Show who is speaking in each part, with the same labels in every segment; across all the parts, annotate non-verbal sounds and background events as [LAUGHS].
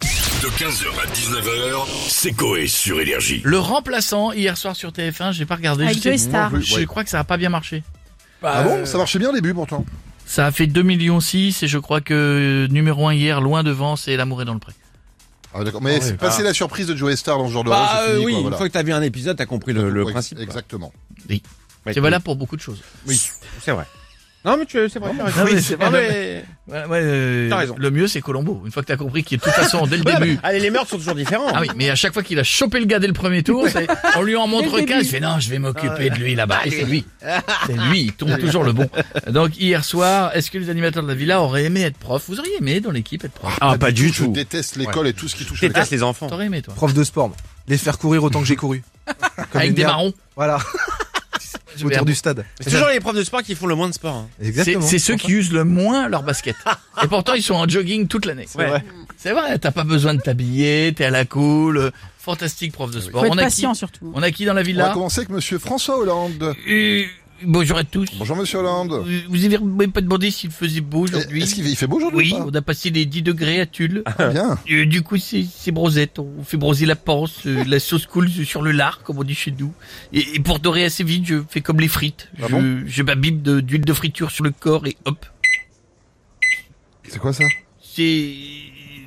Speaker 1: De 15h à 19h, c'est Coé sur Énergie.
Speaker 2: Le remplaçant hier soir sur TF1, j'ai pas regardé.
Speaker 3: Avec
Speaker 2: je, sais-
Speaker 3: deux stars.
Speaker 2: je crois que ça a pas bien marché. Bah,
Speaker 4: Ah
Speaker 2: euh,
Speaker 5: Euh,
Speaker 4: bon Ça marchait bien au début pourtant.
Speaker 2: Ça a fait 2 millions 6 et je crois que euh, numéro 1 hier, loin devant, c'est L'amour est dans le pré.
Speaker 4: Ah, d'accord. Mais c'est passé la surprise de Joey Star dans ce genre de rôle,
Speaker 5: Bah
Speaker 4: c'est fini,
Speaker 5: euh, oui,
Speaker 4: quoi,
Speaker 5: une
Speaker 4: voilà.
Speaker 5: fois que t'as vu un épisode, t'as compris le, le
Speaker 4: Oui,
Speaker 5: principe. quoi.
Speaker 4: Exactement.
Speaker 5: Ouais,
Speaker 2: C'est valable pour beaucoup de choses.
Speaker 5: Oui, c'est vrai. Non mais tu, c'est vrai. t'as raison.
Speaker 2: mais
Speaker 5: Oui,
Speaker 2: c'est
Speaker 5: c'est vrai.
Speaker 2: vrai.
Speaker 5: mais-
Speaker 2: Ouais, ouais, euh,
Speaker 5: T'as raison.
Speaker 2: Le mieux, c'est Colombo. Une fois que t'as compris qu'il est de toute façon [LAUGHS] dès le début.
Speaker 5: Allez, les meurtres sont toujours différents.
Speaker 2: Ah oui, mais à chaque fois qu'il a chopé le gars dès le premier tour, c'est- on lui en montre
Speaker 3: Dès le
Speaker 2: 15, il fait non, je vais m'occuper de lui là-bas. Et c'est lui. C'est lui, il tombe toujours le bon. Donc hier soir, est-ce que les animateurs de la villa auraient aimé être prof Vous auriez aimé dans l'équipe être prof
Speaker 6: Ah, pas du
Speaker 4: Je
Speaker 6: tout.
Speaker 4: déteste l'école et tout ce qui touche
Speaker 5: Je
Speaker 4: à l'école.
Speaker 5: déteste les enfants.
Speaker 2: T'aurais aimé toi
Speaker 6: Prof de sport, moi. les faire courir autant que
Speaker 2: [LAUGHS]
Speaker 6: j'ai couru. Comme
Speaker 2: Avec
Speaker 6: une
Speaker 2: des
Speaker 6: merde.
Speaker 2: marrons.
Speaker 6: Voilà,
Speaker 2: [LAUGHS] Je vais
Speaker 6: autour du stade.
Speaker 5: C'est toujours les profs de sport qui font le moins de sport. hein.
Speaker 2: C'est
Speaker 6: Exactement.
Speaker 2: c'est ceux qui usent le moins leur basket. Et pourtant, ils sont en jogging toute l'année.
Speaker 5: Ouais.
Speaker 2: C'est vrai, t'as pas besoin de t'habiller, t'es à la cool. euh, Fantastique prof de sport.
Speaker 3: Faut être
Speaker 2: on, a qui,
Speaker 3: patient surtout.
Speaker 2: on a qui dans la
Speaker 4: On va
Speaker 2: villa
Speaker 4: commencer avec monsieur François Hollande.
Speaker 2: Euh, Bonjour à tous.
Speaker 4: Bonjour monsieur Hollande.
Speaker 2: Vous- Vous avez même pas demandé s'il faisait beau aujourd'hui
Speaker 4: Euh, Est-ce qu'il fait- il fait beau aujourd'hui
Speaker 2: Oui,
Speaker 4: ou Ah.
Speaker 2: on a passé les 10 degrés à Tulle.
Speaker 4: pas Bien.
Speaker 2: Euh, du coup, c'est c'est brosette. On fait broser la panse, euh, la sauce coule sur le lard, comme on dit chez nous. Et, et pour dorer assez vite, je fais comme les frites.
Speaker 4: Ah
Speaker 2: je je m'abîme de- d'huile de friture sur le corps et hop,
Speaker 4: C'est quoi ça
Speaker 2: c'est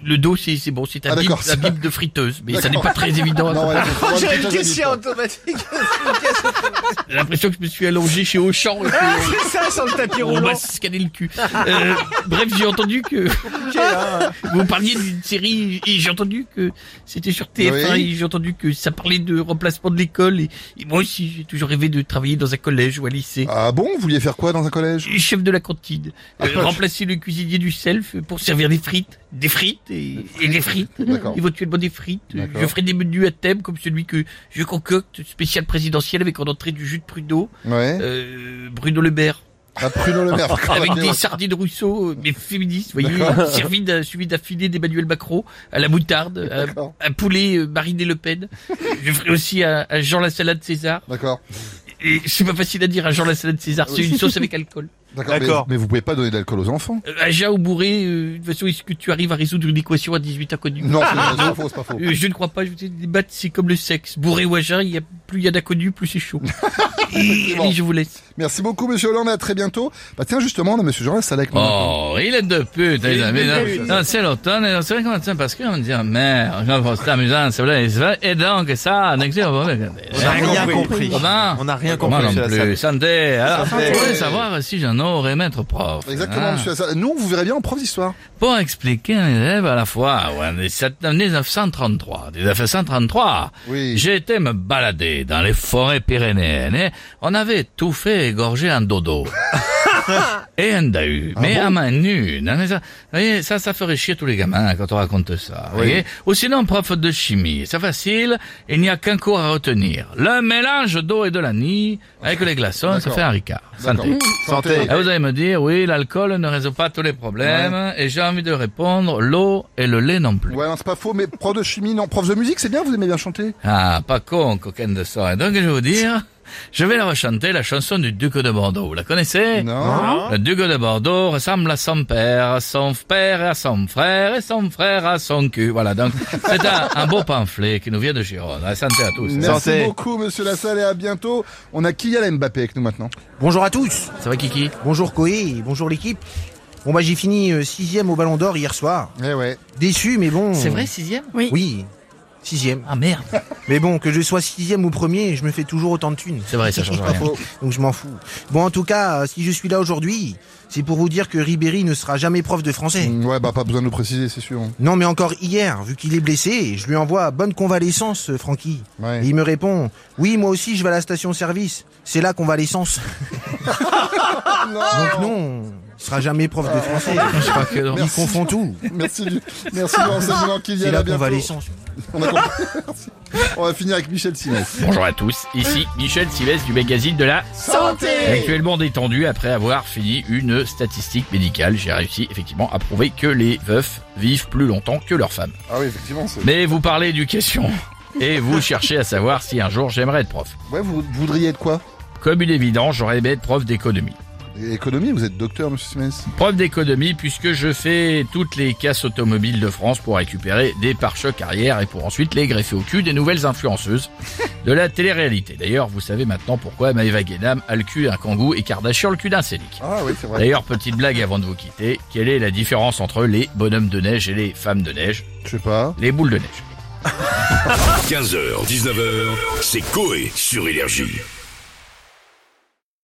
Speaker 2: le dos, c'est c'est bon, c'est un
Speaker 4: Ah,
Speaker 2: bip,
Speaker 4: d'accord.
Speaker 2: un bip de friteuse, mais ça n'est
Speaker 4: D'accord.
Speaker 2: pas très évident. hein.
Speaker 4: Non, ouais,
Speaker 2: [LAUGHS]
Speaker 4: faut prendre
Speaker 5: J'ai
Speaker 4: quelque
Speaker 5: une
Speaker 4: chose à
Speaker 5: question
Speaker 4: dire,
Speaker 5: automatique. [LAUGHS]
Speaker 2: J'ai l'impression que je me suis allongé chez Auchan. Et que,
Speaker 5: c'est ça sur le tapis
Speaker 2: on
Speaker 5: roulant.
Speaker 2: m'a scanné le cul. Euh, bref, j'ai entendu que
Speaker 4: hein.
Speaker 2: vous parliez d'une série et j'ai entendu que c'était sur TF1
Speaker 4: Oui.
Speaker 2: et j'ai entendu que ça parlait de remplacement de l'école et, et moi aussi j'ai toujours rêvé de travailler dans un collège ou un lycée.
Speaker 4: quoi. Ah bon Vous vouliez faire quoi dans un collège
Speaker 2: Chef de la cantine, Euh,
Speaker 4: Ah, ouais.
Speaker 2: remplacer le cuisinier du self pour servir des frites, des frites et, et des frites.
Speaker 4: D'accord.
Speaker 2: éventuellement des frites.
Speaker 4: D'accord.
Speaker 2: Je ferai des menus à thème comme celui que je concocte, spécial présidentiel avec en entrée du jus de Pruneau,
Speaker 4: Ouais.
Speaker 2: euh, Bruno Le Maire,
Speaker 4: À Pruneau le maire.
Speaker 2: avec
Speaker 4: d'accord.
Speaker 2: des sardines rousseau, euh, mais féministes, voyez, [LAUGHS]
Speaker 4: Ah, D'accord.
Speaker 2: servi d'un- suivi d'un filet d'Emmanuel Macron, à la moutarde, à,
Speaker 4: D'accord.
Speaker 2: un poulet euh, mariné Le Pen. Je ferai aussi à, à Jean la salade César.
Speaker 4: D'accord.
Speaker 2: Et c'est pas facile à dire, à Jean la salade César,
Speaker 4: Ah
Speaker 2: c'est une sauce avec alcool.
Speaker 4: D'accord.
Speaker 6: D'accord.
Speaker 4: Mais, mais vous pouvez pas donner de l'alcool aux enfants.
Speaker 2: Euh, à Jean ou bourré, euh, de toute façon, est-ce que tu arrives à résoudre une équation à 18 inconnus
Speaker 4: Non, c'est c'est pas faux, c'est
Speaker 2: [LAUGHS]
Speaker 4: pas faux.
Speaker 2: Euh, je ne crois pas, je vous ai dit, les maths, c'est comme le sexe. Bourré ou à jeun, il y a plus il y a d'inconnus, plus c'est
Speaker 6: [LAUGHS]
Speaker 2: chaud. Et, allez, je vous laisse.
Speaker 4: Merci beaucoup monsieur Hollande, à très bientôt. Bah tiens justement, on a monsieur Jean Lassalle avec nous.
Speaker 2: Oh, il est de pute, les amis. hein.
Speaker 4: pute.
Speaker 2: Non, c'est l'automne, et c'est vrai qu'on tient parce qu'on dit, ah, merde, quand c'est amusant, c'est vrai, et c'est vrai. Et donc, ça, on existe, on va regarder.
Speaker 6: On a rien compris.
Speaker 2: Comment
Speaker 6: On n'a rien
Speaker 2: Comment
Speaker 6: compris.
Speaker 2: non
Speaker 6: monsieur
Speaker 2: plus
Speaker 6: Lassalle.
Speaker 2: Santé. Alors,
Speaker 6: Santé.
Speaker 2: vous voulez savoir si j'en aurais maître prof.
Speaker 4: Exactement,
Speaker 2: hein.
Speaker 4: monsieur Lassalle. Nous, on vous verrez bien en prof d'histoire.
Speaker 2: pour expliquer un élève à la fois. Ouais, 1933, 1933,
Speaker 4: Oui.
Speaker 2: j'ai été me balader dans les forêts pyrénéennes et on avait tout fait égorger un
Speaker 4: [LAUGHS]
Speaker 2: dodo. Et un
Speaker 4: Ah
Speaker 2: dahu, mais à main nue. Non, mais ça, vous voyez, ça, ça ferait chier tous les gamins quand on raconte ça. vous voyez. Ou sinon, prof de chimie, c'est facile, il n'y a qu'un cours à retenir. Le mélange d'eau et de la nid avec les glaçons, ça
Speaker 4: D'accord.
Speaker 2: fait un ricard.
Speaker 4: D'accord.
Speaker 2: Santé.
Speaker 4: Santé.
Speaker 2: Ah, vous allez me dire, oui, l'alcool ne résout pas tous les problèmes, et j'ai envie de répondre, l'eau et le lait non plus.
Speaker 4: Ouais, non, c'est pas faux, mais prof de chimie, non, prof de musique, c'est bien, vous aimez bien chanter.
Speaker 2: Ah, pas con, coquine de soie. Donc, je vais vous dire, je vais la rechanter, la chanson du Duc de Bordeaux. Vous la connaissez?
Speaker 5: Ah, Hein
Speaker 4: Non.
Speaker 2: Le Duc de Bordeaux ressemble à son père, à son père et à son frère, et son frère à son cul. Voilà, [LAUGHS] donc, c'est un, un beau pamphlet qui nous vient de Gironde. Ah, Santé à tous.
Speaker 4: Merci
Speaker 6: Santé.
Speaker 4: beaucoup, monsieur Lassalle, et à bientôt. On a Kylian Mbappé avec nous maintenant.
Speaker 6: Bonjour à tous.
Speaker 2: Ça va, Kiki?
Speaker 6: Bonjour Koé, bonjour l'équipe. Bon bah j'ai fini euh, sixième au Ballon d'Or hier soir.
Speaker 4: Eh ouais.
Speaker 6: Déçu mais bon.
Speaker 2: C'est vrai, sixième?
Speaker 3: Oui.
Speaker 6: Oui, sixième.
Speaker 2: Ah, merde.
Speaker 6: Mais bon, que je sois sixième ou premier, je me fais toujours autant de thunes.
Speaker 2: C'est vrai, ça change
Speaker 4: Pas
Speaker 2: rien.
Speaker 4: faux.
Speaker 6: [LAUGHS] Donc je m'en fous. Bon en tout cas, euh, si je suis là aujourd'hui, c'est pour vous dire que Ribéry ne sera jamais prof de français.
Speaker 4: Mm, Ouais, bah pas besoin de nous préciser, c'est sûr.
Speaker 6: Non mais encore hier, vu qu'il est blessé, je lui envoie bonne convalescence, euh, Francky.
Speaker 4: Ouais.
Speaker 6: Et il me répond, oui moi aussi je vais à la station-service, c'est là convalescence.
Speaker 4: Ah.
Speaker 6: Donc non, il sera jamais prof de français.
Speaker 2: Je crois que non.
Speaker 6: Il confond tout.
Speaker 4: Merci du, merci du renseignement,
Speaker 6: C'est
Speaker 4: Kylian, à
Speaker 6: la
Speaker 4: bientôt.
Speaker 6: convalescence.
Speaker 4: On a compris. Merci. On va finir avec Michel Simès.
Speaker 2: Bonjour à tous, ici Michel Silès du magazine de la Santé Actuellement détendu après avoir fini une statistique médicale, j'ai réussi effectivement à prouver que les veufs vivent plus longtemps que leurs femmes.
Speaker 4: Ah oui, effectivement, c'est.
Speaker 2: Mais vous parlez éducation et vous cherchez à savoir si un jour j'aimerais être prof.
Speaker 4: Ouais, vous vous voudriez être quoi
Speaker 2: Comme une évidence, j'aurais aimé être prof d'économie.
Speaker 4: Économie, vous êtes docteur, monsieur Smith.
Speaker 2: Preuve d'économie puisque je fais toutes les casses automobiles de France pour récupérer des pare-chocs arrière et pour ensuite les greffer au cul des nouvelles influenceuses de la télé-réalité. D'ailleurs, vous savez maintenant pourquoi Maëva Guédam a le cul d'un kangou et Kardashian le cul d'un sélic.
Speaker 4: Ah oui, c'est vrai.
Speaker 2: D'ailleurs, petite blague avant de vous quitter, quelle est la différence entre les bonhommes de neige et les femmes de neige
Speaker 4: Je sais pas.
Speaker 2: Les boules de neige.
Speaker 1: 15h, 19h, c'est Coé sur Énergie.